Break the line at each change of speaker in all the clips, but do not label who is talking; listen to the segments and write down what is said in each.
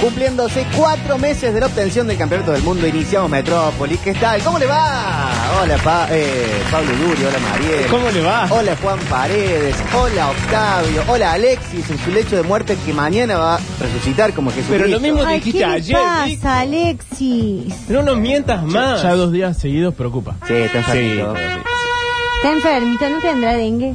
cumpliéndose cuatro meses de la obtención del Campeonato del Mundo. Iniciamos Metrópolis. ¿Qué tal? ¿Cómo le va? Hola, Pa- eh, Pablo Duri. Hola, Mariel.
¿Cómo le va?
Hola, Juan Paredes. Hola, Octavio. Hola, Alexis, en su lecho de muerte que mañana va a resucitar como Jesús.
Pero lo mismo
Ay,
dijiste
¿qué le
ayer, Vic.
pasa, Alexis?
No nos mientas más.
Ya dos días seguidos preocupa.
Sí, está enfermito.
Está enfermito, no tendrá dengue.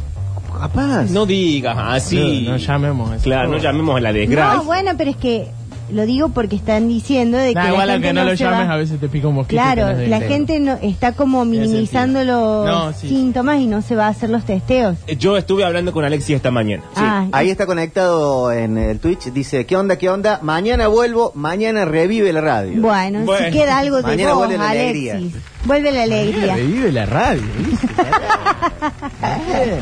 Capaz.
No digas así.
No, Oh. no llamemos a eso.
Claro, no llamemos a la desgracia.
No, bueno, pero es que lo digo porque están diciendo de Este, que
Nah,
la
igual
gente
aunque no, lo
se
llames,
va-
a veces te pica un mosquito. y
Claro,
tenés
la
dengue.
gente no está como
Tiene
minimizando
sentido.
los
No, sí.
síntomas y no se va a hacer los testeos.
Yo estuve hablando con Alexis esta mañana.
Sí,
Ah,
ahí está conectado en el Twitch. Dice, ¿qué onda, qué onda? Mañana vuelvo, mañana revive la radio.
Bueno,
Bueno.
si queda algo de
Mañana
vos,
vuelve la
Alexis.
alegría.
Vuelve la alegría.
Revive la radio. ¿viste?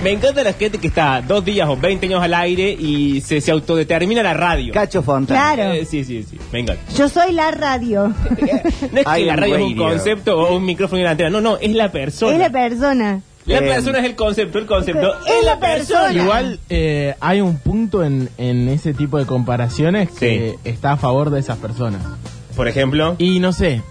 Me encanta la gente que está dos días o 20 años al aire y se, se autodetermina la radio.
Cacho Fontana.
Claro.
Eh, sí, sí, sí. Me encanta.
Yo soy la radio.
No es
Hay
que la
un
radio es un
radio.
concepto o un micrófono y una antena. No, no, es la persona.
es la persona.
La
Eh,
persona es el concepto, el concepto
es la persona.
Igual eh, hay un punto en, en ese tipo de comparaciones que está a favor de esas personas.
Por ejemplo.
Y no sé,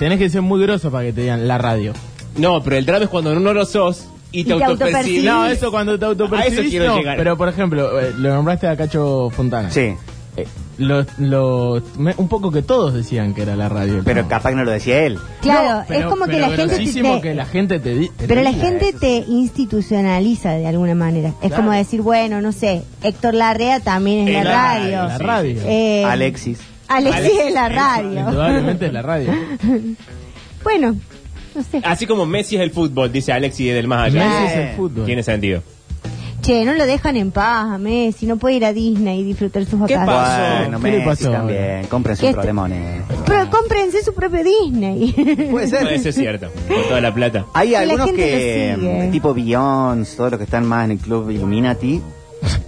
tenés que ser muy groso para que te digan la radio.
No, pero el drama es cuando no lo sos y te,
Y te
autopercibes.
autopercibes.
No, eso cuando te autopercibís,
A eso quiero
no.
llegar.
Pero, por ejemplo, eh, lo nombraste a Cacho Fontana.
Sí.
Eh, lo- lo- me- un poco que todos decían que era la radio.
Pero
No.
capaz que no lo decía él.
Claro,
No, pero-
es como que
pero
la gente te-
grosísimo
te-
que la gente te, di- te
Pero la
diga
gente
eso.
te institucionaliza de alguna manera. Es
Claro.
como decir, bueno, no sé, Héctor Larrea también es la,
Es la radio,
radio.
la radio.
Eh,
Alexis.
Alexis
Alexis.
es la radio.
Indudablemente es la radio.
Bueno, no sé.
Así como Messi es el fútbol, dice Alexis del más allá.
Messi es el fútbol.
Tiene sentido.
Che, no lo dejan en paz a Messi, no puede ir a Disney y disfrutar sus
¿Qué
vacaciones.
pasó?
Bueno,
¿Qué le
Messi
pasó?
también. Cómprense un
Ah, ¿Qué te-
problemones.
Pero cómprense su propio Disney.
Puede
No, eso
ser.
es cierto. Con toda la plata.
Hay
Que la
algunos
gente
que,
lo sigue.
mm, tipo Beyoncé, todos los que están más en el club Illuminati,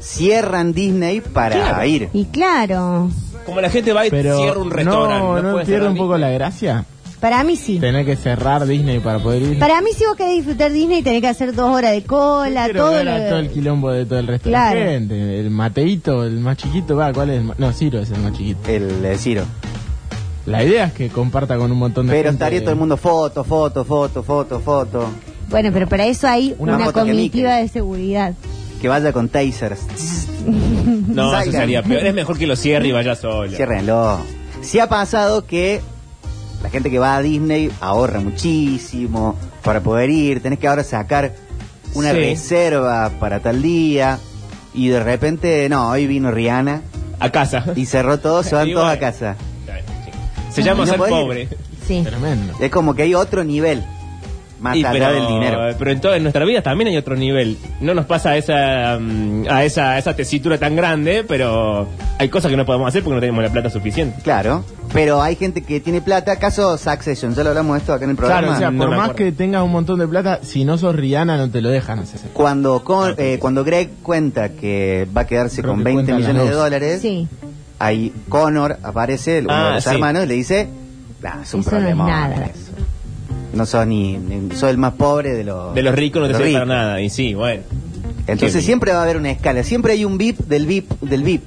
cierran Disney para
Claro.
ir.
y claro,
Como la gente va y
Pero
cierra un restaurante.
no, no,
puede
pierde
cerrar
un
ni-
poco la gracia.
para mí sí.
Tener que cerrar Disney para poder ir.
Para mí si vos querés disfrutar Disney tenés que hacer dos horas de cola,
Quiero
todo
ver a
lo-
todo el quilombo de todo el resto de
Claro.
la gente. El Mateito, el más chiquito, va, ¿cuál es? el ma- No, Ciro es el más chiquito.
El eh, Ciro.
La idea es que comparta con un montón de
Pero
gente.
estaría todo el mundo foto, foto, foto, foto, foto.
Bueno, pero para eso hay
Una
una,
moto que
comitiva
Mickey.
de seguridad.
Que vaya con tasers.
No, eso
Salgan.
sería peor. Es mejor que lo cierre y vaya solo.
Ciérrenlo. Si ha pasado que la gente que va a Disney ahorra muchísimo para poder ir, tenés que ahora sacar una
Sí.
reserva para tal día y de repente, no, hoy vino Rihanna
A casa.
y cerró todo, se van
Y
todos a
bueno.
casa.
Se llama
No
ser
podés ir.
pobre.
Sí.
Tremendo.
Es como que hay otro nivel más
Y
allá
pero-
del
eh,
dinero.
Pero en toda en nuestra vida también hay otro nivel. No nos pasa esa, mm, a esa, a esa tesitura tan grande, pero hay cosas que no podemos hacer porque no tenemos la plata suficiente.
Claro, pero hay gente que tiene plata, caso Succession, ya lo hablamos de esto acá en el programa.
Claro, o sea,
no
por
me
más
acuerdo.
que tengas un montón de plata, si no sos Rihanna no te lo dejan hacer.
Cuando, con- eh, cuando Greg cuenta que va a quedarse
Ah, Creo
con
que
20
cuentan las
millones de
dos.
dólares,
Sí.
ahí Connor aparece, uno
Ah,
de los
sí.
hermanos, y le dice, nah, es un
Eso no es
problema.
nada.
No sos ni, ni- sos el más pobre de los
De los ricos no te
de los
sirve para
ricos".
nada. Y sí, bueno.
Entonces
Qué
siempre va a haber una escala, siempre hay un VIP del VIP del VIP.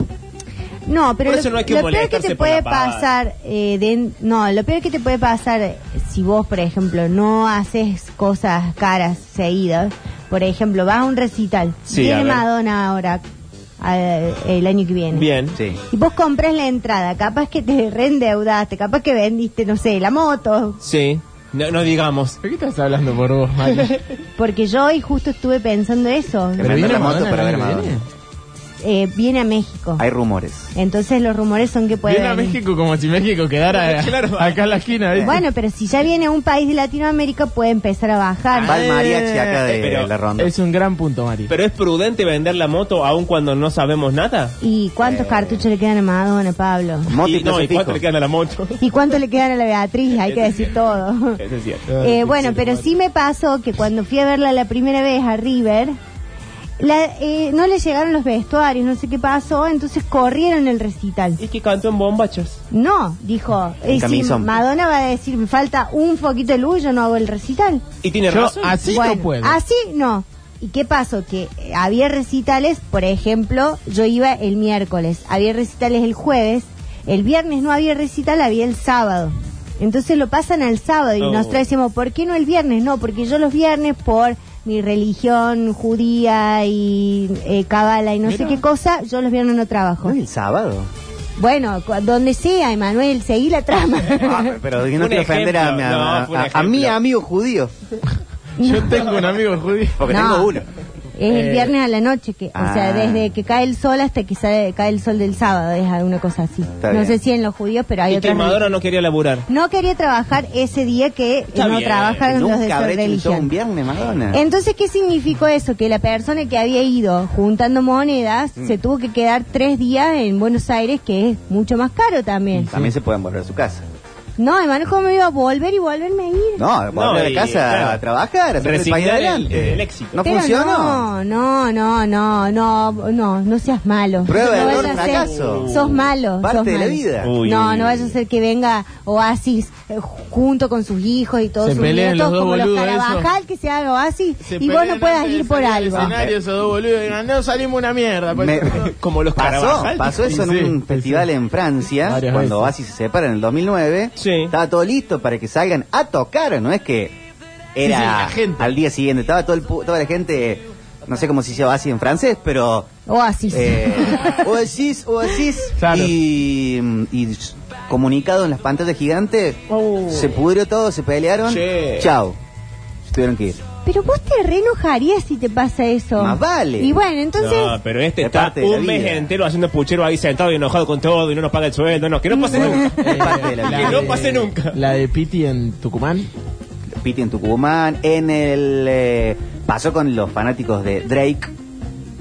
No, pero
Por
lo,
eso no hay que
lo peor que
molestarse
te
por
puede
la pavada.
pasar, eh, de- no, lo peor que te puede pasar eh, si vos, por ejemplo, no haces cosas caras seguidas. Por ejemplo, vas a un recital.
Sí, a
viene
ver.
Madonna ahora, al- el año que viene.
Bien.
Sí.
Y vos compras la entrada, capaz que te reendeudaste, capaz que vendiste, no sé, la moto.
Sí. No, no digamos.
¿De qué estás hablando por vos, Maya?
Porque yo hoy justo estuve pensando eso.
Pero
viene
la moto
Madonna
para
el
ver
año
a
que
Madonna.
viene.
Eh, viene a México.
Hay rumores.
Entonces los rumores son que puede
Viene a
venir.
México como si México quedara
Claro.
acá en la esquina. ¿viste?
Bueno, pero si ya viene a un país de Latinoamérica puede empezar a bajar.
Va el mariachi acá de
pero
la ronda.
Es un gran punto, Mari.
Pero es prudente vender la moto aun cuando no sabemos nada.
¿Y cuántos cartuchos le quedan a Madonna, Pablo?
Moto y
y, no, ¿y
crucifijo.
cuánto le quedan a la moto?
¿Y cuánto le quedan a la Beatriz? Hay que decir todo.
Eso es cierto.
Ay,
Eh,
qué
bueno,
chiste,
pero
Mari.
sí me pasó que cuando fui a verla la primera vez a River, la- eh, no le llegaron los vestuarios, no sé qué pasó, entonces corrieron el recital.
Y que cantó en bombachos.
No, dijo, eh, si
camisón.
Madonna va a decir, me falta un poquito de luz, yo no hago el recital.
Y tiene
Yo
razón.
así
Bueno,
no puedo.
Así no. ¿Y qué pasó? Que eh, había recitales, por ejemplo, yo iba el miércoles, había recitales el jueves, el viernes no había recital, había el sábado. Entonces lo pasan al sábado y
Oh.
nosotros decimos, ¿por qué no el viernes? No, porque yo los viernes por mi religión judía y eh, cabala y no sé
Mira.
qué cosa, yo los viernes no trabajo.
¿No es el sábado?
Bueno, cu- donde sea, Emanuel, seguí la trama.
Ah, pero yo no
Un
quiero ofender a, mi-
ejemplo,
a-
no, fue un
a- a mi
ejemplo.
amigo judío.
Yo tengo un amigo judío.
Porque
No.
tengo uno.
Es el
Eh,
viernes a la noche, que, o sea,
ah.
desde que cae el sol hasta que sale- cae el sol del sábado, es alguna cosa así.
Está
no
bien.
sé si en los judíos, pero hay
Y que
otras
Madonna no quería laburar.
No quería trabajar ese día que
Está
no
bien,
trabajan los de
Nunca
su
habré hecho un
religión.
viernes, Madonna.
Entonces, ¿qué significó eso? Que la persona que había ido juntando monedas
Mm.
se tuvo que quedar tres días en Buenos Aires, que es mucho más caro también.
También se pueden volver a su casa.
No, hermano, ¿cómo me iba a volver y volverme a ir?
No, volver
y,
a casa
claro,
a trabajar, a hacer el
resignar
país
el-
adelante.
eh,
el éxito.
No
Pero
funcionó.
No, no, no, no, no, no, no seas malo.
Prueba,
no
error,
vayas a ser-
fracaso.
Sos malo.
Parte
sos
de la
malo.
vida.
Uy.
No, no vaya a ser que venga Oasis eh, junto con sus hijos y todos
Se
sus
pelean
nietos,
los dos
como los
boludos,
Carabajal que se haga Oasis
Se
y vos
pelean
no puedas
antes de
ir por
salir al
algo.
escenario esos dos boludos y digan, no salimos una mierda. pues,
Me-
todo-
Como los
Pasó,
Carabajal.
pasó eso en
Sí,
un
sí,
festival en Francia,
Varias
cuando
veces.
Oasis se separa en el 2009.
Sí.
Estaba todo listo para que salgan a tocar, no es que era
Sí, sí, la gente.
al día siguiente. Estaba todo el pu- toda la gente, no sé cómo se dice Oasis en francés, pero
Oasis.
eh, Oasis, Oasis.
Claro.
Y, y comunicado en las pantallas gigantes,
Oh.
se pudrió todo, se pelearon.
Che.
Chao. Se tuvieron que ir.
Pero vos te re enojarías si te pasa eso.
Más vale.
Y bueno, entonces...
no, pero este
Es
está
parte de la
un mes
vida.
entero haciendo puchero ahí sentado y enojado con todo y no nos paga el sueldo. No, que no pase nunca.
Es parte de la
Que
vida.
no pase nunca.
Eh, La de Piti en Tucumán.
Piti en Tucumán, en el eh, pasó con los fanáticos de Drake.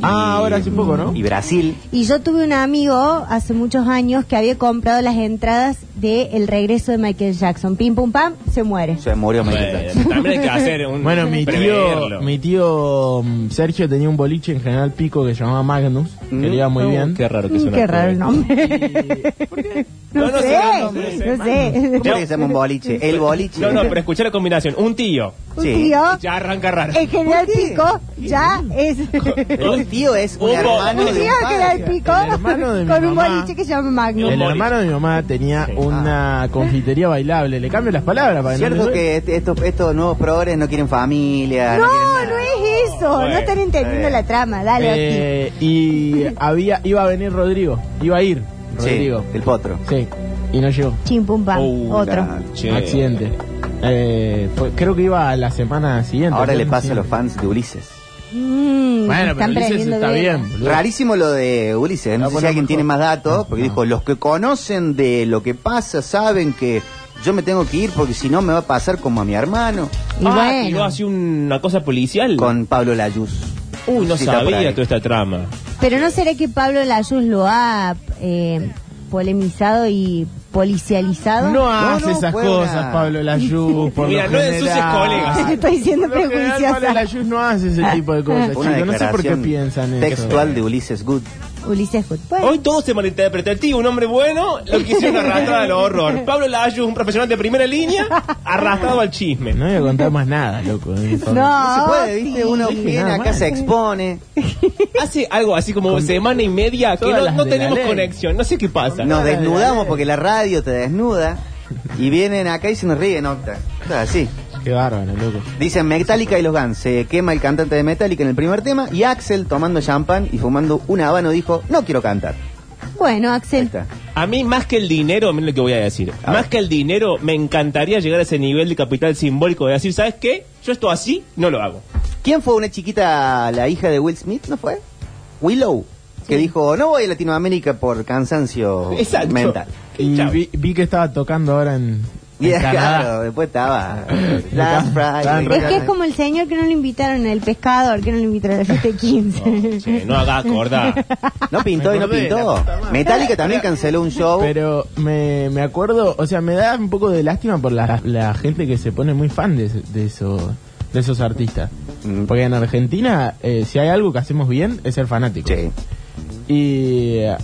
Ah, ahora hace poco, ¿no?
Y Brasil.
Y yo tuve un amigo hace muchos años que había comprado las entradas de El regreso de Michael Jackson. Pim pum pam, se muere.
Se murió Michael
Bueno,
Jackson.
también hay que hacer un.
Bueno, mi tío,
Mm. preverlo.
mi tío mm, Sergio tenía un boliche en General Pico que se llamaba Magnus, que
Mm.
le iba muy
Oh,
bien.
Qué raro que
Mm,
suena.
Qué raro el
¿no?
nombre.
No,
No,
no
sé,
será el nombre, ese,
no sé.
¿Cómo es que se llama un boliche? El boliche.
No, no, pero escuché la combinación. Un tío.
Un
Sí.
tío,
Ya arranca raro. ¿Eh?
el general Pico, ya es...
Un tío es un
Un
hermano
Un
de
tío
un
general
padre.
Pico,
El hermano de mi
con un
mamá.
boliche que se llama Magnus.
El
boliche.
hermano de mi mamá tenía una confitería bailable. Le cambio las palabras para que no
Ah. Cierto
le-
que este- estos, estos nuevos progres no quieren familia. No,
No,
quieren
no
nada.
es eso, no
Bueno,
están entendiendo
bien.
la trama, dale. Ortiz.
Eh, y había, iba a venir Rodrigo, iba a ir Rodrigo.
Sí, el potro.
Sí, y no llegó.
Chim pum pam,
Uh,
otro.
la-
Che.
Accidente. Eh, fue- creo que iba a la semana siguiente.
Ahora le
¿no?
pasa
Sí.
a los fans de Ulises.
Mm,
Bueno, pero
están
Ulises
prendiendo
está
velas.
bien. boludo.
Rarísimo lo de Ulises. ¿eh? No
Ah,
sé si
bueno,
alguien
mejor.
tiene más datos, porque dijo, los que conocen de lo que pasa saben que yo me tengo que ir porque si no me va a pasar como a mi hermano
Y
ah,
bueno.
tiró así una cosa policial.
con Pablo Layuz.
Uy, no
Sí, está por
sabía
ahí.
toda esta trama.
Pero no será que Pablo Layuz lo ha eh, polemizado y policializado?
No
no,
hace esas
fuera.
cosas, Pablo Layú. por
Mira,
lo
no ensucies
general.
colegas.
Estoy siendo
Por lo general, Pablo
prejuiciosa.
Layú no hace ese tipo de
Una
cosas. chicos.
declaración
No sé por qué piensan eso.
textual de Ulises Good.
Ulises Hood. Bueno,
Hoy todo se malinterpreta. El tío, un hombre bueno, lo quisieron arrastrar al horror. Pablo Layo, un profesional de primera línea, arrastrado al chisme.
No voy a contar más nada, loco. de eso.
no,
Ah, No se puede, viste,
sí.
uno viene
nada
acá,
más.
se expone.
Hace algo así como semana y media que
Todas
no,
las
no
de la
tenemos
ley.
conexión. No sé qué pasa.
Nos desnudamos porque la radio te desnuda. Y vienen acá y se nos ríen, Octa. Está Así.
Qué bárbaro, loco.
Dicen Metallica y los Guns. Se quema el cantante de Metallica en el primer tema. Y Axel, tomando champán y fumando un habano, dijo: No quiero cantar.
Bueno,
Ahí
Axel.
está.
A mí, más que el dinero, miren lo que voy a decir.
A
más
ver.
que el dinero, me encantaría llegar a ese nivel de capital simbólico de decir, ¿sabes qué? Yo esto así no lo hago.
¿Quién fue una chiquita, la hija de Will Smith, no fue? Willow, que dijo, no voy a Latinoamérica por cansancio
Exacto.
mental.
Oh, Y
Chao.
vi, vi que estaba tocando ahora en,
Y
en
es claro,
Canadá.
después estaba Last Friday.
Tan-
Es que es como el señor que no lo invitaron, el pescador que no lo invitaron a la fiesta de 15.
Che, Oh, no haga acordar.
No pintó y no
Me acordé,
pintó.
la puta madre.
Metallica también canceló un show.
Pero me, me acuerdo, o sea, me da un poco de lástima por la, la gente que se pone muy fan de, ese- de, eso- de esos artistas.
Mm.
Porque en Argentina, eh, si hay algo que hacemos bien, es ser fanático.
Sí.
Y eh,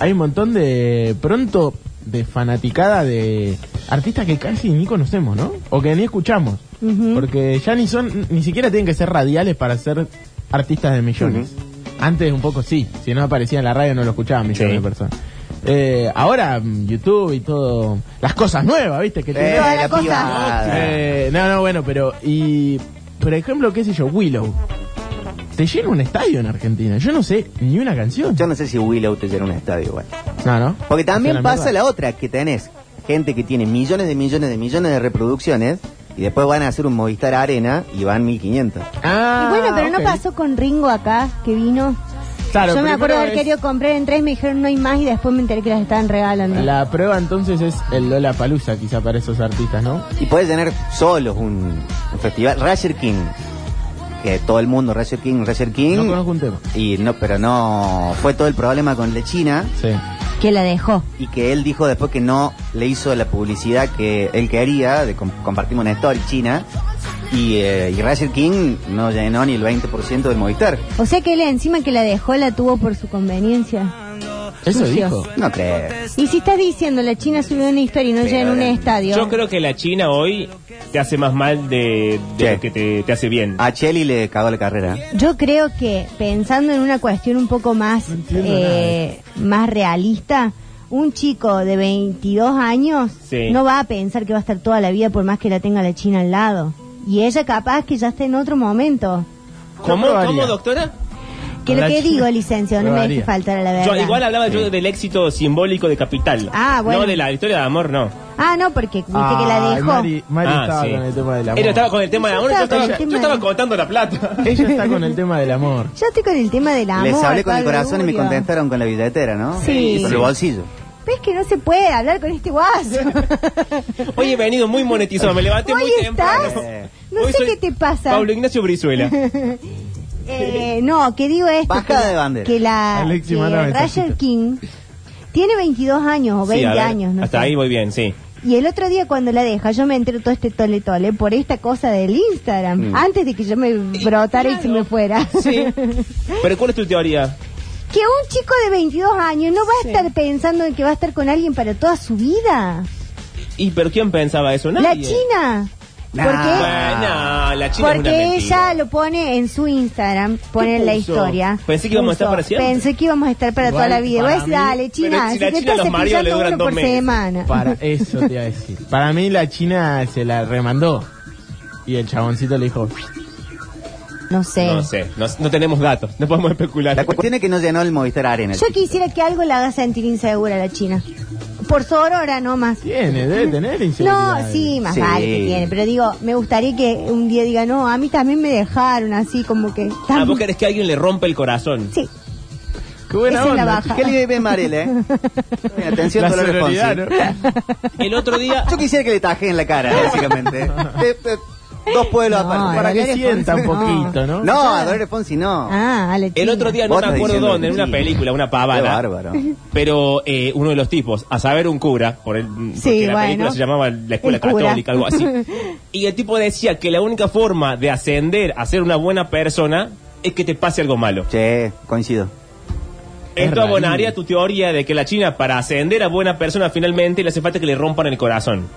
hay un montón de, pronto, de fanaticada de artistas que casi ni conocemos, ¿no? O que ni escuchamos.
Ujú.
Porque ya ni son, ni siquiera tienen que ser radiales para ser artistas de millones. Antes un poco sí, si no aparecía en la radio no lo escuchaban millones
Sí.
de personas. Eh, ahora mm, YouTube y todo. Las cosas nuevas, ¿viste? Que tiene-
Eh,
Toda la
la
cosa.
pibada.
Eh, no, no, bueno, pero. Y. Por ejemplo, qué sé yo, Willow. Te llena un estadio en Argentina. Yo no sé ni una canción.
Yo no sé si Willow te llena un estadio igual.
No, no.
Porque también
Es una
pasa la
mierda.
otra, que tenés gente que tiene millones de millones de millones de reproducciones y después van a hacer un Movistar Arena y van 1500.
Ah,
y bueno, pero
ok.
no pasó con Ringo acá, que vino.
Claro,
Yo me
primero
acuerdo de haber
es-
querido comprar en tres, me dijeron no hay más y después me enteré que las estaban regalando.
La prueba entonces es el Lola Palusa, quizá para esos artistas, ¿no?
Y podés tener solos un, un festival. Roger King. Que todo el mundo, Roger King, Roger King.
No conozco un tema.
Y no, pero no. Fue todo el problema con Lechina.
Sí.
Que la dejó.
Y que él dijo después que no le hizo la publicidad que él quería, de com- compartimos una story china. Y, eh, y Roger King no llenó ni el 20% del Movistar.
O sea que él encima que la dejó la tuvo por su conveniencia.
Eso
Sucios.
dijo.
No creo.
Y si estás diciendo la China subió una historia y no
Pero
llega en un
ahora-
estadio.
Yo creo que la China hoy te hace más mal de, de
¿Qué?
lo que te, te hace bien.
Ah,
A Cheli le cagó la carrera.
Yo creo que pensando en una cuestión un poco más,
No entiendo
eh, más realista, un chico de 22 años
Sí.
no va a pensar que va a estar toda la vida por más que la tenga la China al lado. Y ella capaz que ya está en otro momento.
¿Cómo,
Yo probaría.
cómo doctora?
Que lo
La
que
China-
digo, licenciado, no me
Probaría.
dejes faltar a la verdad.
Yo, igual hablaba yo del éxito simbólico de Capital.
Ah, bueno.
No de la historia de amor, no.
Ah, no, porque viste que la
Ay,
dejó.
Mari, Mari
Ah,
estaba
sí.
con el tema del amor.
Él estaba con el tema del
Yo
amor, yo
estaba con
estaba,
el
yo
tema
estaba
del-
contando la plata.
Ella está con el tema del amor.
Yo estoy con el tema del amor.
Les hablé con el
Pablo
corazón y me
Durio.
contestaron con la billetera, ¿no?
Sí.
Y Con el bolsillo.
Ves que no se puede hablar con este guaso.
Hoy he venido muy monetizado, me levanté
Hoy
muy temprano.
estás.
Eh,
No
Hoy
sé
soy
qué te pasa.
Pablo Ignacio Brizuela.
Eh, no, que digo esto.
Bajada
que-
de bandera.
Que la
Alexis
que
manda
Roger
mensajitos.
King tiene 22 años o
Sí,
20
a ver,
años, no
Hasta
sé.
ahí voy bien, sí.
Y el otro día cuando la deja, yo me entero todo este tole tole por esta cosa del Instagram,
Mm.
antes de que yo me brotara y se me fuera.
Sí. Pero ¿cuál es tu teoría?
Que un chico de 22 años no va a estar pensando en que va a estar con alguien para toda su vida.
¿Y pero quién pensaba eso? Nadie.
La China.
Nah.
Porque
Bueno, la China es una
Porque
mentira.
ella lo pone en su Instagram, pone en la
puso?
historia.
Pensé que íbamos a estar para siempre.
Pensé que íbamos a estar para
Igual,
toda la vida. Voy
para
a decir,
mí-
dale, China,
Pero si
si
la
te
China
estás
a los maridos le
cepillando
duran
uno
dos
por
meses.
semana.
Para eso te iba a decir. Para mí la China se la remandó. Y el chaboncito le dijo,
No sé.
No sé, no, no tenemos datos, no podemos especular.
La cuestión es que no llenó el Movistar Arena.
Yo quisiera que algo la haga sentir insegura a la China. Por su aurora no más.
tiene, debe tener
No,
inseguridades".
sí, más
Sí.
vale que tiene. Pero digo, me gustaría que un día diga, no, a mí también me dejaron así, como que.
Ah,
tam-
vos querés que alguien le rompe el corazón.
Sí.
Qué buena
Esa es la
onda,
baja.
¿Qué le ve Mariel, eh? Mira, Atención,
La
dolor de Fonsi.
sororidad, ¿no?
El otro día.
Yo quisiera que le tajeen en la cara, básicamente. Eh, eh, Dos pueblos
No,
aparte.
Para que
Dolores
sienta un
Fonsi, no.
poquito, ¿no?
No, a Dolores Fonsi no.
Ah, a la China.
El otro día no
Vos
me
estás
acuerdo
diciendo
dónde, en una
sí.
película, una
Qué
pavada.
bárbaro.
Pero eh, uno de los tipos, a saber, un cura, por el, porque
Sí,
la
bueno.
película se llamaba La Escuela
El cura.
Católica, algo así. Y el tipo decía que la única forma de ascender a ser una buena persona es que te pase algo malo.
Che, coincido.
Es
Esto
rarísimo.
abonaría tu teoría de que la China, para ascender a buena persona, finalmente le hace falta que le rompan el corazón.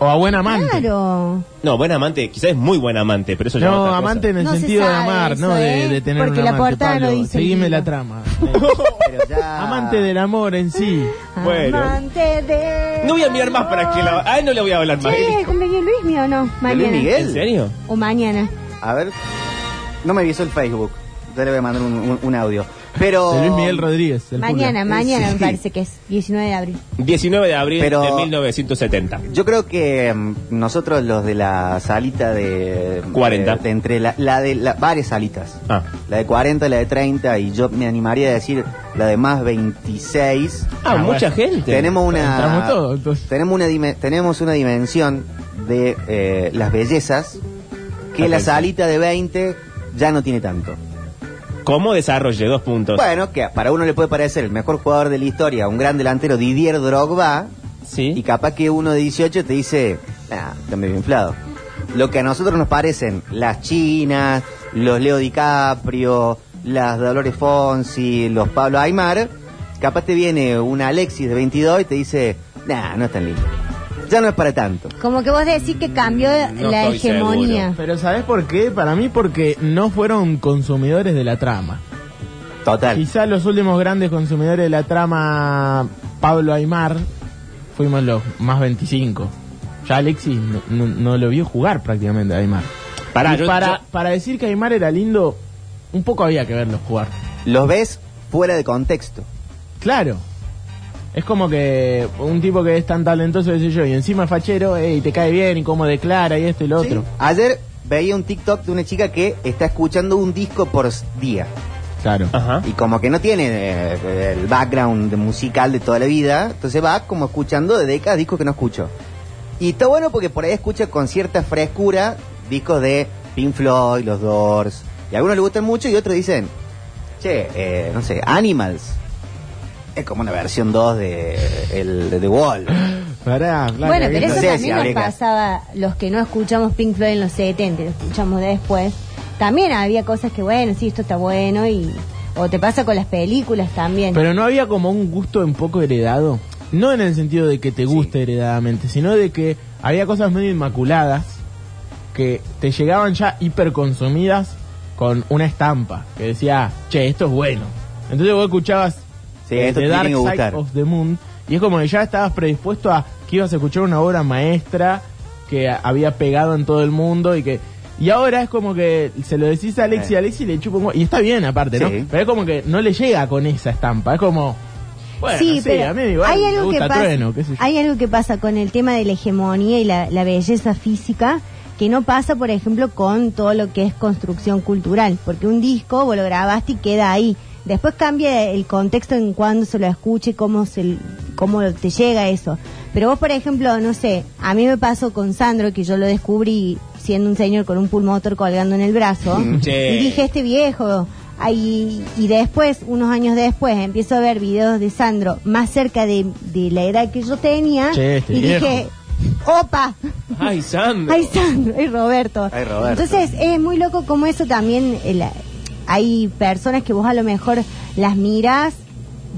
O a buen amante.
Claro.
No, buen amante, quizás es muy buen amante, pero eso ya es
No,
otra cosa.
amante en el
No se
sentido de
sabe
amar,
eso,
no de,
¿eh?
de tener
Porque
un
la
amante.
portada no
Pablo.
dice
Seguime
el libro.
la trama. eh.
Pero ya...
amante del amor en sí.
Bueno.
Amante de-
No voy a mirar más para que la. Ay, no le voy a hablar más.
Che, ¿cumpleaños Luis mío o no?
¿De
Mañana.
Luis Miguel?
¿En serio?
O mañana.
A ver. No me avisó el Facebook. Yo le voy a mandar un, un- un audio. Pero...
De Luis Miguel Rodríguez. el
mañana,
cura.
mañana
Sí.
me parece que es. 19 de abril.
19 de abril
Pero-
de 1970.
Yo creo que mm, nosotros los de la salita de...
40.
de- de entre la, la de la- varias salitas.
Ah.
La de 40, la de 30 y yo me animaría a decir la de más 26.
Ah,
Ah,
mucha
bueno.
gente.
Tenemos una
Entramos todos, entonces.
tenemos una dime- tenemos una dimensión de eh, las bellezas que la
Atención.
salita de 20 ya no tiene tanto.
¿Cómo desarrollé dos puntos?
Bueno, que para uno le puede parecer el mejor jugador de la historia, un gran delantero Didier Drogba, y
sí.
capaz que uno de 18 te dice, nah, está medio inflado. Lo que a nosotros nos parecen las chinas, los Leo DiCaprio, las Dolores Fonsi, los Pablo Aymar, capaz te viene un Alexis de 22 y te dice, nah, no es tan lindo. Ya no es para tanto.
Como que vos decís que cambió
No
la
estoy
hegemonía.
Pero ¿sabes por qué? Para mí porque no fueron consumidores de la trama.
Total.
Quizá los últimos grandes consumidores de la trama Pablo Aymar fuimos los más 25. Ya Alexis no, no- no lo vio jugar prácticamente a Aymar.
Pará,
Y
yo-
para,
yo-
para decir que Aymar era lindo, un poco había que verlo jugar.
Los ves fuera de contexto.
Claro. Es como que un tipo que es tan talentoso, qué sé yo, y encima es fachero, eh, y te cae bien, y cómo declara, y esto y lo otro.
Sí. Ayer veía un TikTok de una chica que está escuchando un disco por s- día.
Claro.
Ajá.
Y como que no tiene eh, el background de musical de toda la vida, entonces va como escuchando de décadas discos que no escucho. Y está bueno porque por ahí escucha con cierta frescura discos de Pink Floyd, Los Doors. Y a algunos le gustan mucho y otros dicen, che, eh, no sé, Animals. Es como una versión 2 de, el, de The Wall.
Pará, claro,
bueno, pero
no sé
eso
si
también nos
habría que-
pasaba, los que no escuchamos Pink Floyd en los 70, lo escuchamos después. También había cosas que, bueno, sí, esto está bueno y... O te pasa con las películas también.
Pero no había como un gusto un poco heredado. No en el sentido de que te guste heredadamente, sino de que había cosas medio inmaculadas que te llegaban ya hiperconsumidas con una estampa que decía, che, esto es bueno. Entonces vos escuchabas
Sí,
eh,
esto
The
te
Dark
tiene que
Side
gustar.
of the Moon y es como que ya estabas predispuesto a que ibas a escuchar una obra maestra que a- había pegado en todo el mundo y que... Y ahora es como que se lo decís a Alexi,
Eh.
Alexi le chupa un hue- Y está bien aparte, ¿no?
Sí.
Pero es como que no le llega con esa estampa. Es como. Bueno, sí,
sí, pero
a mí igual
hay
me
algo que
gusta
pasa,
Trueno, qué sé yo.
hay algo que pasa con el tema de la hegemonía y la, la belleza física que no pasa, por ejemplo, con todo lo que es construcción cultural, porque un disco vos lo grabaste y queda ahí. Después cambia el contexto en cuándo se lo escuche, cómo se cómo te llega eso. Pero vos, por ejemplo, no sé, a mí me pasó con Sandro que yo lo descubrí siendo un señor con un pulmotor colgando en el brazo
Che.
y dije este viejo. Ahí, y después, unos años después, empiezo a ver videos de Sandro más cerca de, de la edad que yo tenía.
Che, este
y
viejo.
dije, opa,
Ay, Sandro.
hay Sandro, hay Roberto.
Ay, Roberto.
Entonces, es muy loco como eso también. eh, la- hay personas que vos a lo mejor las miras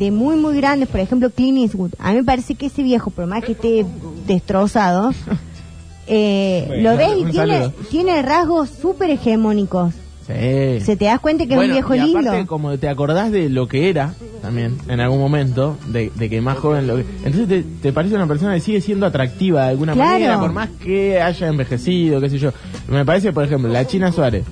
de muy, muy grandes. Por ejemplo, Clint Eastwood. A mí me parece que ese viejo, por más que esté destrozado, eh,
Bueno,
lo ves y
un
tiene,
saludo.
tiene rasgos súper hegemónicos.
Sí.
Se te das cuenta que
Bueno,
es un viejo
y aparte,
lindo.
como te acordás de lo que era también en algún momento, de, de que más joven lo que. Entonces te, te parece una persona que sigue siendo atractiva de alguna
Claro.
manera, por más que haya envejecido, qué sé yo. Me parece, por ejemplo, la China Suárez.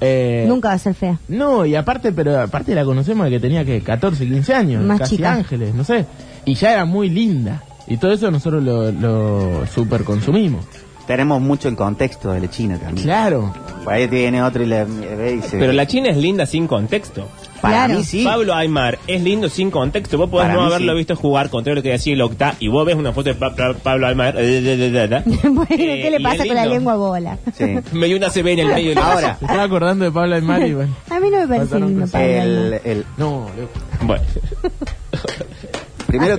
Eh,
Nunca va a ser fea.
No, y aparte, pero aparte la conocemos de que tenía que 14, 15 años,
Más
casi
chica.
ángeles, no sé. Y ya era muy linda. Y todo eso nosotros lo, lo super consumimos.
Tenemos mucho en contexto de la China también.
Claro.
Por ahí tiene otro y le, ve y se-
Pero la China es linda sin contexto.
Para
Claro.
mí sí.
Pablo Aymar es lindo sin contexto. Vos podés
Para
no
mí
haberlo
sí.
visto jugar, contrario a lo que decía el Octa, y vos ves una foto de Pa- Pa- Pablo Aymar. eh, da, da, da, da.
bueno,
Eh,
¿qué le
y
pasa
es
con la
lindo.
lengua bola?
Sí.
Me dio una CB en el medio del
Ahora,
Se estaba acordando de Pablo Aymar y bueno.
A mí no me parece
Pasaron
lindo
cosas.
Pablo Almar.
el, el-
No, loco.
Bueno.
primero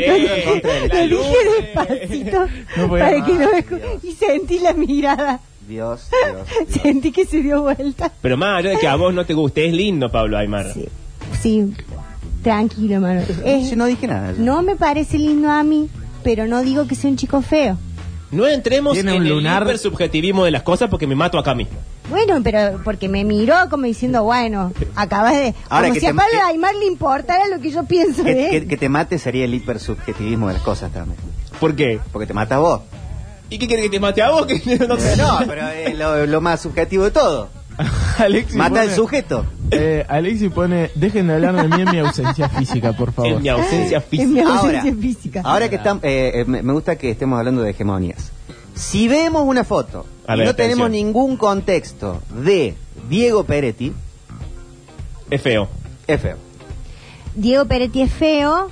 Eh, la
Lo
luz,
dije
eh.
despacito
No podía
para
más,
que no me escu- Y sentí la mirada.
Dios, Dios, Dios.
Sentí que se dio vuelta.
Pero más allá de que a vos no te guste, es lindo Pablo Aymar.
Sí, sí. tranquilo, hermano. Es-
Yo no dije nada. yo.
Eh, no me parece lindo a mí, pero no digo que sea un chico feo.
No entremos en
Tiene un
el
lunar.
hiper subjetivismo de las cosas porque me mato acá mismo.
Bueno, pero porque me miró como diciendo, bueno, acabas de...
Ahora
como
que
si a
te-
Pablo
que-
Aymar le importara lo que yo pienso de
Que,
él.
que- que te mate sería el hipersubjetivismo de las cosas también.
¿Por qué?
Porque te matas vos.
¿Y qué quiere que te mate a vos? Que no sé.
No, pero es lo, lo más subjetivo de todo.
Alexis
Mata al
pone-
sujeto.
Eh, Alexis pone, dejen de hablar de mí en mi ausencia física, por favor.
En mi ausencia
Es mi
física.
ausencia
Ahora,
física.
ahora que estamos, eh, me me gusta que estemos hablando de hegemonías. Si vemos una foto
A
y
ver,
no
atención.
tenemos ningún contexto de Diego Peretti,
Es feo.
es feo.
Diego Peretti es feo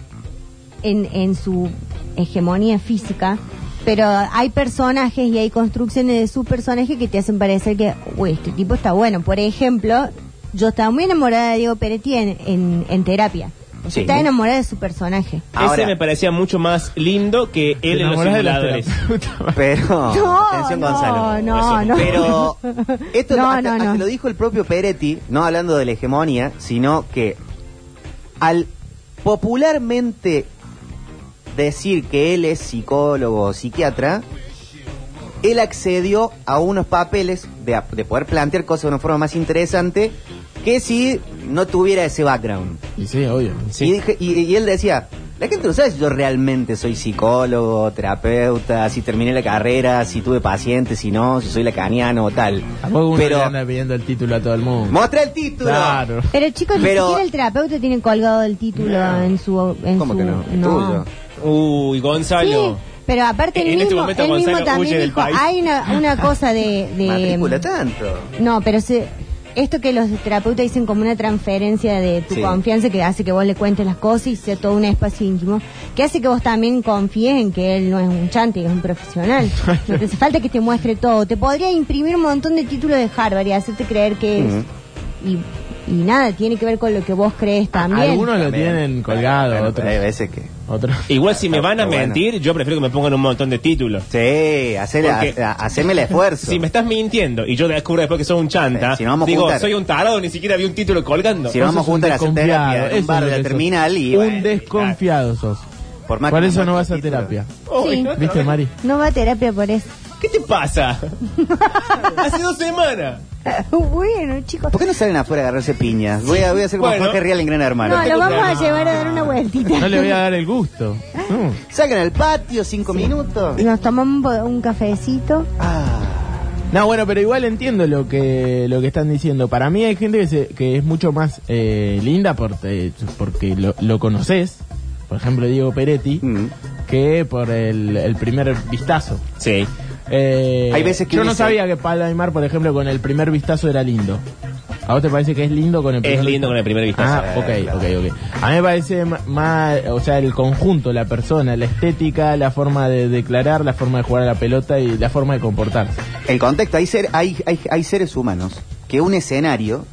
en, en su hegemonía física, pero hay personajes y hay construcciones de su personaje que te hacen parecer que, uy, este tipo está bueno. Por ejemplo, yo estaba muy enamorada de Diego Peretti en, en, en terapia. Yo
Sí.
estaba enamorada de su personaje.
Ahora,
Ese me parecía mucho más lindo que
Te
él en los
enamorás de las
simuladores.
terapeutas.
Pero.
No,
atención,
no,
Gonzalo.
no, no.
Pero. Esto
No,
hasta-
no,
hasta
no.
lo dijo el propio Peretti, no hablando de la hegemonía, sino que al popularmente decir que él es psicólogo o psiquiatra, él accedió a unos papeles de, a- de poder plantear cosas de una forma más interesante que si no tuviera ese background.
Y sí, obvio.
Sí.
Y, dije- y- y él decía, La gente no sabe si yo realmente soy psicólogo, terapeuta, si terminé la carrera, si tuve pacientes, si no, si soy lacaniano o tal.
Tampoco uno
Pero
le anda pidiendo el título a todo el mundo.
muestra el título.
Claro.
Pero chicos,
Pero-
ni siquiera el terapeuta tiene colgado el título en su... En
¿Cómo
su-
que no? Es tuyo.
Uy, Gonzalo.
Sí, pero aparte
En
él
este
mismo,
momento
él
Gonzalo
mismo
huye
también
del
dijo,
país.
hay una, una cosa de... de-
Matrícula tanto.
No, pero se- esto que los terapeutas dicen como una transferencia de tu
Sí.
confianza que hace que vos le cuentes las cosas y sea todo un espacio íntimo, que hace que vos también confíes en que él no es un chante, que es un profesional. no te hace falta que te muestre todo. Te podría imprimir un montón de títulos de Harvard y hacerte creer que es... Y, y nada, tiene que ver con lo que vos crees también.
Algunos lo
También.
tienen colgado,
Bueno, eh, pero
otros.
Hay veces que.
otros.
Igual si me
Está-
van a
está bueno.
mentir, yo prefiero que me pongan un montón de títulos.
Sí, hacer,
Porque-
ha- haceme el esfuerzo.
Si me estás mintiendo y yo descubro después que sos un chanta,
Eh, si no vamos a
digo,
juntar.
soy un tarado, ni siquiera vi un título colgando.
Si no, vamos
Vos sos un
juntos a hacer terapia,
desconfiado,
en un
eso es
bar
lo
de la
que sos.
terminal y,
Un
bueno,
desconfiado sos.
Por, más
Por
que
eso
me
no vas
muestre
a
el título.
terapia.
Uy,
Sí.
no, no,
¿Viste,
no.
Mari?
No va a terapia por eso.
¿Qué te pasa? Hace dos semanas.
bueno, chicos.
¿Por qué no salen afuera a agarrarse piñas? Voy a, voy a hacer como
Bueno.
Jorge Real en Gran Hermano.
No, lo vamos a llevar a dar una vueltita.
No le voy a dar el gusto. No.
Salgan al patio cinco minutos.
Nos tomamos un po- un cafecito.
Ah,
No, bueno, pero igual entiendo lo que lo que están diciendo. Para mí hay gente que, se- que es mucho más eh, linda por, eh, porque lo, lo conoces. Por ejemplo, Diego Peretti,
Mm.
que por el, el primer vistazo.
Sí.
Eh,
Hay veces que
yo no
dice-
sabía que Pablo Aymar, por ejemplo, con el primer vistazo era lindo. ¿A vos te parece que es lindo con el primer
Es lindo con el primer vistazo.
Ah, ok, ok, ok. A mí me parece ma- más, o sea, el conjunto, la persona, la estética, la forma de declarar, la forma de jugar a la pelota y la forma de comportarse.
el contexto, hay, ser, hay, hay, hay seres humanos que un escenario,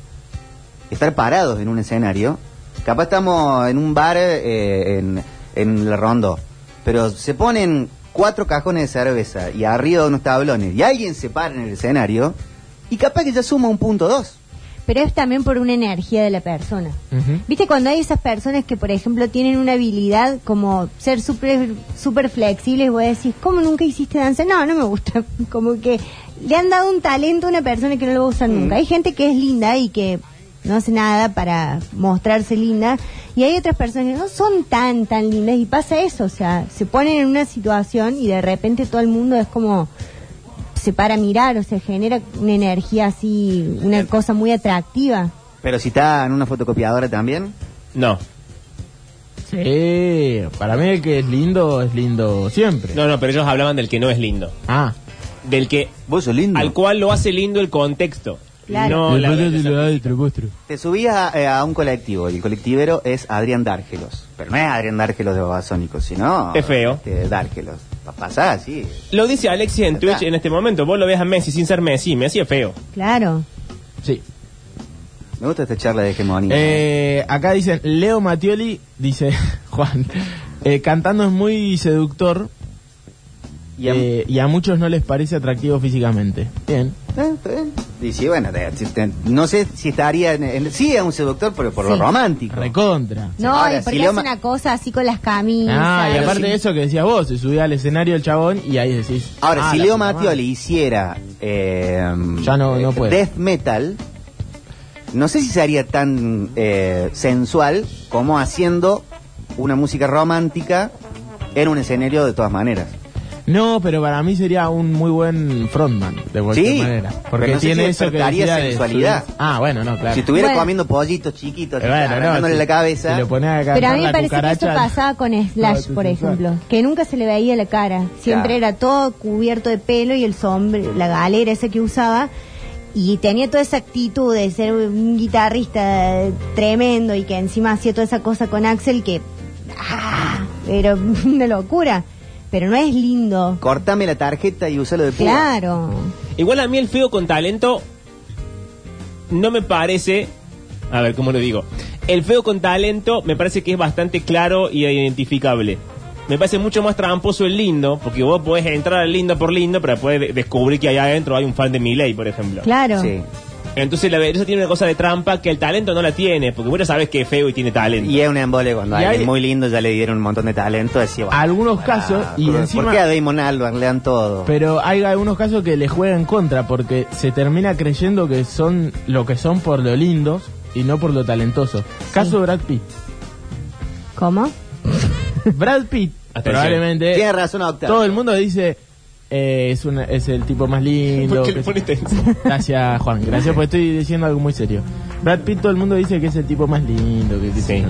estar parados en un escenario, capaz estamos en un bar eh, en, en la rondo, pero se ponen cuatro cajones de cerveza y arriba unos tablones y alguien se para en el escenario y capaz que ya suma un punto dos.
Pero es también por una energía de la persona. ¿Viste cuando hay esas personas que, por ejemplo, tienen una habilidad como ser súper super flexibles? Vos decís, ¿cómo nunca hiciste danza? No, no me gusta. Como que le han dado un talento a una persona que no lo va a usar nunca. Hay gente que es linda y que no hace nada para mostrarse linda. Y hay otras personas que no son tan, tan lindas. Y pasa eso, o sea, se ponen en una situación y de repente todo el mundo es como se para a mirar, o sea, genera una energía así, una cosa muy atractiva.
Pero si está en una fotocopiadora también.
No,
Sí, para mí el que es lindo es lindo siempre.
no, no, pero ellos hablaban del que no es lindo.
Ah,
Del que,
Vos sos lindo.
al cual lo hace lindo el contexto.
Claro.
No, la belleza.
Te subías a, eh, a un colectivo y el colectivero es Adrián Dárgelos. Pero no es Adrián Dárgelos de Babasónicos, sino.
Es feo.
este, Dárgelos. Pa- Pasá así.
Lo dice Alexis en
Está.
Twitch en este momento. Vos lo ves a Messi sin ser Messi. Messi es feo.
Claro.
sí.
Me gusta esta charla de hegemonía.
Eh, acá dicen, Leo Mattioli, dice Juan, eh, cantando es muy seductor
y a-
eh, y a muchos no les parece atractivo físicamente. Bien.
Eh, está bien. Y sí, bueno, te- te- te- no sé si estaría. En, en- sí, es un seductor, pero por lo
Sí.
romántico.
Recontra.
No,
Ahora,
y porque
si
hace
Leo Ma-
una cosa así con las camisas.
Ah, y
Pero
aparte
si-
de eso que decías vos, se subía al escenario el chabón y ahí decís...
Ahora,
ah,
si
la
Leo
puta madre.
Mattioli hiciera. eh,
Ya no- no
eh,
puede.
Death metal. No sé si sería tan eh, sensual como haciendo una música romántica en un escenario de todas maneras.
No, pero para mí sería un muy buen frontman, de cualquier
Sí,
manera.
pero
Porque
no sé
tiene
si
eso que
despertaría
decía de
sensualidad.
subir- Ah, bueno, no, claro.
Si estuviera
Bueno.
comiendo pollitos chiquitos,
Pero bueno, no,
arrancándole
si-
la cabeza.
si lo ponés a
Pero a mí me
cantar la
parece que esto
cucaracha-
pasaba con Slash,
No,
por
sí, sí,
ejemplo, que nunca se le veía la cara, siempre
Claro.
era todo cubierto de pelo y el sombre, la galera esa que usaba, y tenía toda esa actitud de ser un guitarrista tremendo y que encima hacía toda esa cosa con Axel que ¡ah! era una locura, pero no es lindo.
Cortame la tarjeta y usalo de púa.
Claro.
Igual a mí el feo con talento no me parece... A ver, ¿cómo lo digo? El feo con talento me parece que es bastante claro y identificable. Me parece mucho más tramposo el lindo, porque vos podés entrar al lindo por lindo, pero después de- descubrir que allá adentro hay un fan de Miley, por ejemplo.
Claro.
Sí.
Entonces la belleza tiene una cosa de trampa que el talento no la tiene, porque vos ya sabes que es feo y tiene talento.
Y es un embole cuando
Y
alguien
hay-
muy lindo ya le dieron un montón de talento. Decía, bueno,
Algunos
pará,
casos, y
¿por- ¿Por
encima-
qué a Damon Albarn le dan todo?
Pero hay algunos casos que le juegan en contra porque se termina creyendo que son lo que son por lo lindos y no por lo talentosos. Caso Brad Pitt.
¿Cómo?
Brad Pitt,
Atención.
probablemente.
Tiene razón, Octavio.
Todo el mundo dice. eh, es, una- es el tipo más lindo.
¿Por qué le
que-
pone tenso?
Gracias, Juan. Gracias, porque estoy diciendo algo muy serio. Brad Pitt, todo el mundo dice que es el tipo más lindo. Que, que-
Sí.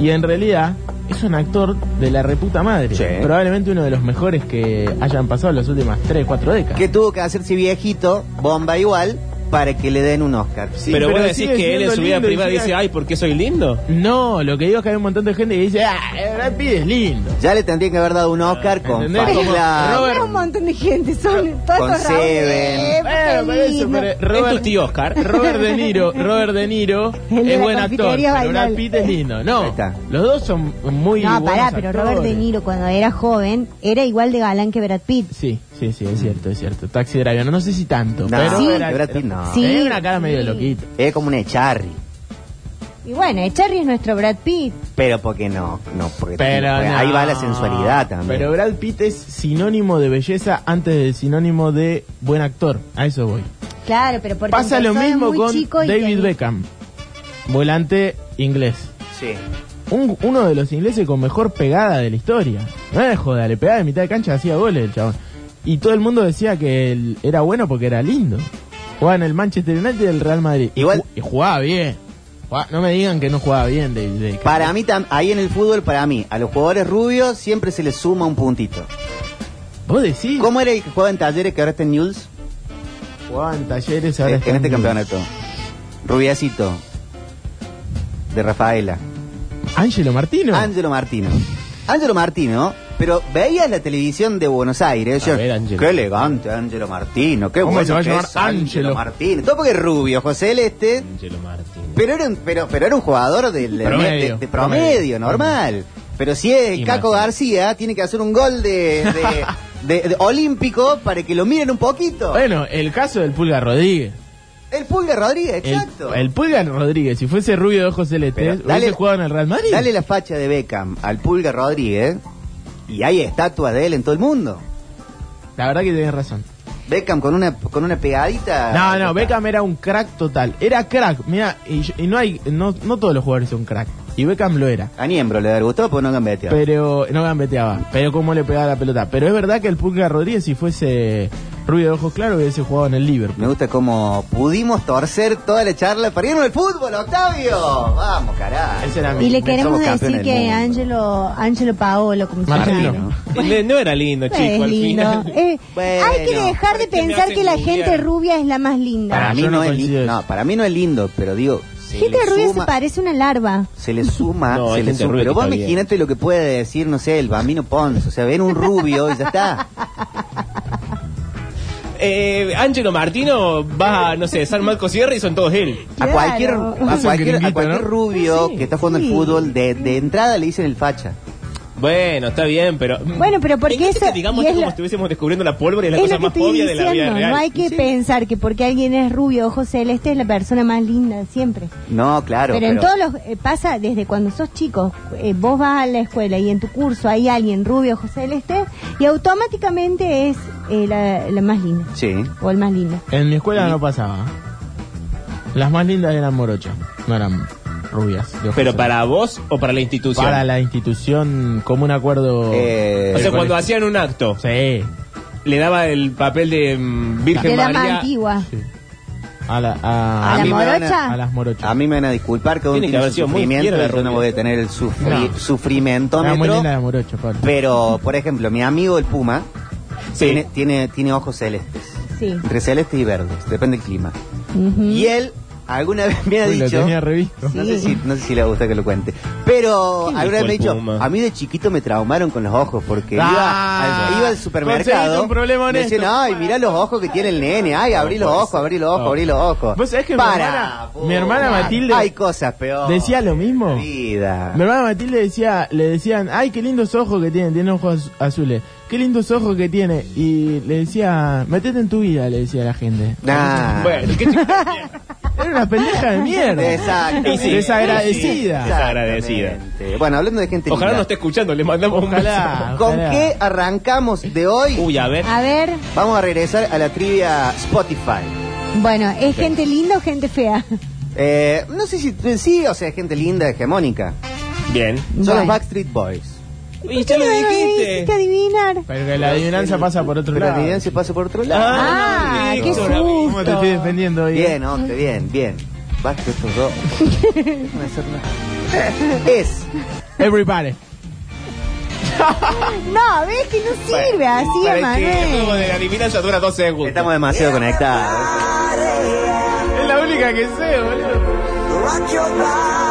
Y en realidad es un actor de la reputa madre.
Sí.
Probablemente uno de los mejores que hayan pasado las últimas 3, 4 décadas.
Que tuvo que hacerse viejito, bomba igual, para que le den un Oscar.
Sí,
pero, vos
pero
decís
sigue
que él en
siendo
su vida
lindo y
privada
sigue-
dice, ay, ¿por qué soy lindo?
No, lo que digo es que hay un montón de gente que dice, ah, eh, Brad Pitt es lindo.
Ya le tendrían que haber dado un Oscar con
Ah, ¿entendés? Como
Fabiola.
Robert-
Hay un montón de gente, son todos
Con
estos Raúl,
Seven.
eh,
Bueno, por eso,
lindo.
pero
Es tu tío Oscar.
Robert De Niro, Robert De Niro
El de
es
la
buen actor,
confitería
pero Brad
bailable.
Pitt es lindo. No,
Ahí está.
los dos son muy
No,
buenos
pará, pero
actores.
Robert De Niro cuando era joven era igual de galán que Brad Pitt.
Sí, sí, sí, es cierto, es cierto. Taxi Driver, no sé si tanto,
No,
pero
sí.
era,
Brad Pitt no.
Sí.
tenía una cara medio loquita.
Es como un echarri.
Y bueno, Echarri es nuestro Brad Pitt.
Pero porque no, no, porque,
Pero
porque
no.
ahí va la sensualidad también.
Pero Brad Pitt es sinónimo de belleza antes del sinónimo de buen actor. A eso voy.
Claro, pero porque
Pasa lo
empezó de
mismo
muy
con
chico y
David
tenía-
Beckham, volante inglés.
Sí.
un- uno de los ingleses con mejor pegada de la historia. No es joda, le pegaba de mitad de cancha, hacía goles el chabón. Y todo el mundo decía que él era bueno porque era lindo. Jugaba en el Manchester United y el Real Madrid. Y
Igual-
ju- Y, jugaba bien. Jugaba- no me digan que no jugaba bien David Beckham.
Para mí, tam- ahí en el fútbol, para mí, a los jugadores rubios siempre se les suma un puntito.
¿Vos decís?
¿Cómo era el que jugaba en talleres que ahora está en News?
Jugaba en talleres
Eh,
ahora está
en este
News.
campeonato. Rubiacito. De Rafaela.
Ángelo Martino.
Ángelo Martino. Ángelo Martino, pero veías la televisión de Buenos Aires.
A
yo,
ver, Ángelo.
qué elegante Ángelo Martino, qué
¿Cómo
bueno
se va a
que
llamar
es Ángelo
Ángelo?
Martino. Todo porque es rubio, José Celeste.
Angelo Martín.
Pero era un, pero, pero era un jugador del- de,
Promedio.
de promedio,
Promedio.
normal. Pero si es
Y
Caco
Martín.
García, tiene que hacer un gol de, de- de- de olímpico para que lo miren un poquito.
Bueno, el caso del Pulga Rodríguez.
El Pulga Rodríguez,
El,
exacto.
el Pulga Rodríguez, si fuese rubio de ojos
Pero
celestes, hubiese
dale-
jugado en el Real Madrid.
Dale la facha de Beckham al Pulga Rodríguez y hay estatuas de él en todo el mundo.
La verdad que tenés razón.
Beckham con una con una pegadita.
No, no, Beckham era un crack total. Era crack, mira, y, yo- y no hay, no, no todos los jugadores son crack. Y Beckham lo era.
A Niembro le gustó porque no gambeteaba.
Pero no gambeteaba, pero cómo le pegaba la pelota. Pero es verdad que el Pulga Rodríguez, si fuese rubio de ojos claros, hubiese jugado en el Liverpool.
Me gusta cómo pudimos torcer toda la charla para irnos al fútbol, Octavio. Vamos, carajo.
Ese era mi-
Y le
Somos
queremos decir
campeones del
que
mundo.
Ángelo, Ángelo Paolo, como se
Martino.
llama.
Le- No era lindo,
No
chico,
es
al
lindo.
final.
Eh,
Bueno.
hay que dejar de
Es que me
pensar
hacen
que la
googlear.
gente rubia es la más linda.
Para
Ah,
mí
yo
no,
no
es
coincido
lindo.
eso.
No, para mí no es lindo, pero digo, se
gente
le
rubia
suma-
se parece a una larva.
se le suma,
No,
se
hay
le
gente
suma.
rubia
Pero
que
vos
está bien.
imaginate lo que puede decir, no sé, el bambino Pons. O sea, ven un rubio y ya está.
Eh, Angelo Martino va a, no sé, San Marcos Sierra y son todos él.
A
Claro.
cualquier, a
Es un
cualquier, a
gringuito,
cualquier
¿no?
rubio
Sí,
que está jugando
sí.
al fútbol, de, de entrada le dicen el facha.
Bueno, está bien, pero.
Bueno, pero porque
Fíjate que
eso-
digamos
y
esto
es
como
lo-
estuviésemos descubriendo la pólvora y la
es
cosa
lo que
más
estoy
obvia de la
diciendo.
vida real.
No hay que
Sí.
pensar que porque alguien es rubio, ojos celeste, es la persona más linda siempre.
No, claro.
Pero, en todos los. eh, pasa desde cuando sos chico. eh, vos vas a la escuela y en tu curso hay alguien rubio, ojos celeste, y automáticamente es eh, la, la más linda.
Sí.
O el más lindo.
En mi escuela no pasaba. Las más lindas eran morochas, no eran rubias. de ojos
Pero
celestes.
para vos o para la institución.
para la institución, como un
Oh.
acuerdo.
Eh,
o sea,
Pero
cuando
con-
hacían un acto,
Sí.
le daba el papel de mm, Virgen
De la más
María.
antigua.
sí. A la, a,
¿A la
mí me van
morocha?
a las morochas.
A mí me van a disculpar que uno
Tiene que
tiene
haber
su
sido muy
sufrimiento,
fiera la
yo no
rubia.
voy a tener el sufri-
No. Era muy
sufrimentómetro.
linda la morocha, Pablo.
Pero, por ejemplo, mi amigo el Puma
Sí.
tiene, tiene, tiene ojos celestes.
Sí.
Entre celestes y verdes, depende del clima.
Ujú.
Y él alguna vez me ha
Mm. Uy, lo
dicho.
tenía revisto.
No,
Sí.
sé si, no sé si le gusta que lo cuente. Pero
¿Qué
alguna vez me ha
dijo el
dicho,
Puma?
a mí de chiquito me traumaron con los ojos porque
Ah,
iba, al, iba al
conseguiste
supermercado.
un problema
me
honesto.
decían, ay, mirá los ojos que tiene el nene, ay, abrí los ojos, abrí los ojos,
No.
abrí los ojos.
¿Vos sabés que mi hermana- mi hermana Matilde
Hay cosas peores.
decía lo mismo?
Vida.
Mi hermana Matilde decía, le decían, ay, qué lindos ojos que tiene, tiene ojos az- azules, qué lindos ojos que tiene. Y le decía, metete en tu vida, le decía la gente.
Nah.
Ah. Bueno, qué chico de mierda.
Era una pendeja de mierda.
Exacto.
Y sí,
Desagradecida.
y sí, desagradecida.
Exactamente. Bueno, hablando de gente
Ojalá
linda,
no esté escuchando, le mandamos
Ojalá.
¿Con
Ojalá.
qué arrancamos de
un
hoy?
beso. Uy, a ver.
A ver,
Vamos a regresar a la trivia Spotify.
bueno, ¿es gente linda o gente fea?
Eh, no sé si sí, o sea, gente linda, hegemónica.
Bien.
Son
Bueno.
los Backstreet Boys.
Y ya lo dijiste.
que adivinar.
Pero que la adivinanza pasa por otro
Pero la
lado.
evidencia pasa por otro lado.
Ah,
no,
qué
Víctor, amigo.
¿Cómo te estoy
susto.
defendiendo hoy?
Bien, Octe, bien, bien. Basta estos dos. No van a hacer nada. Es
Everybody.
No, ves que no sirve así,
Como
Emanuel.
de la adivinanza dura dos segundos.
Estamos demasiado conectados.
Es la única que sé, boludo.
Rock your body.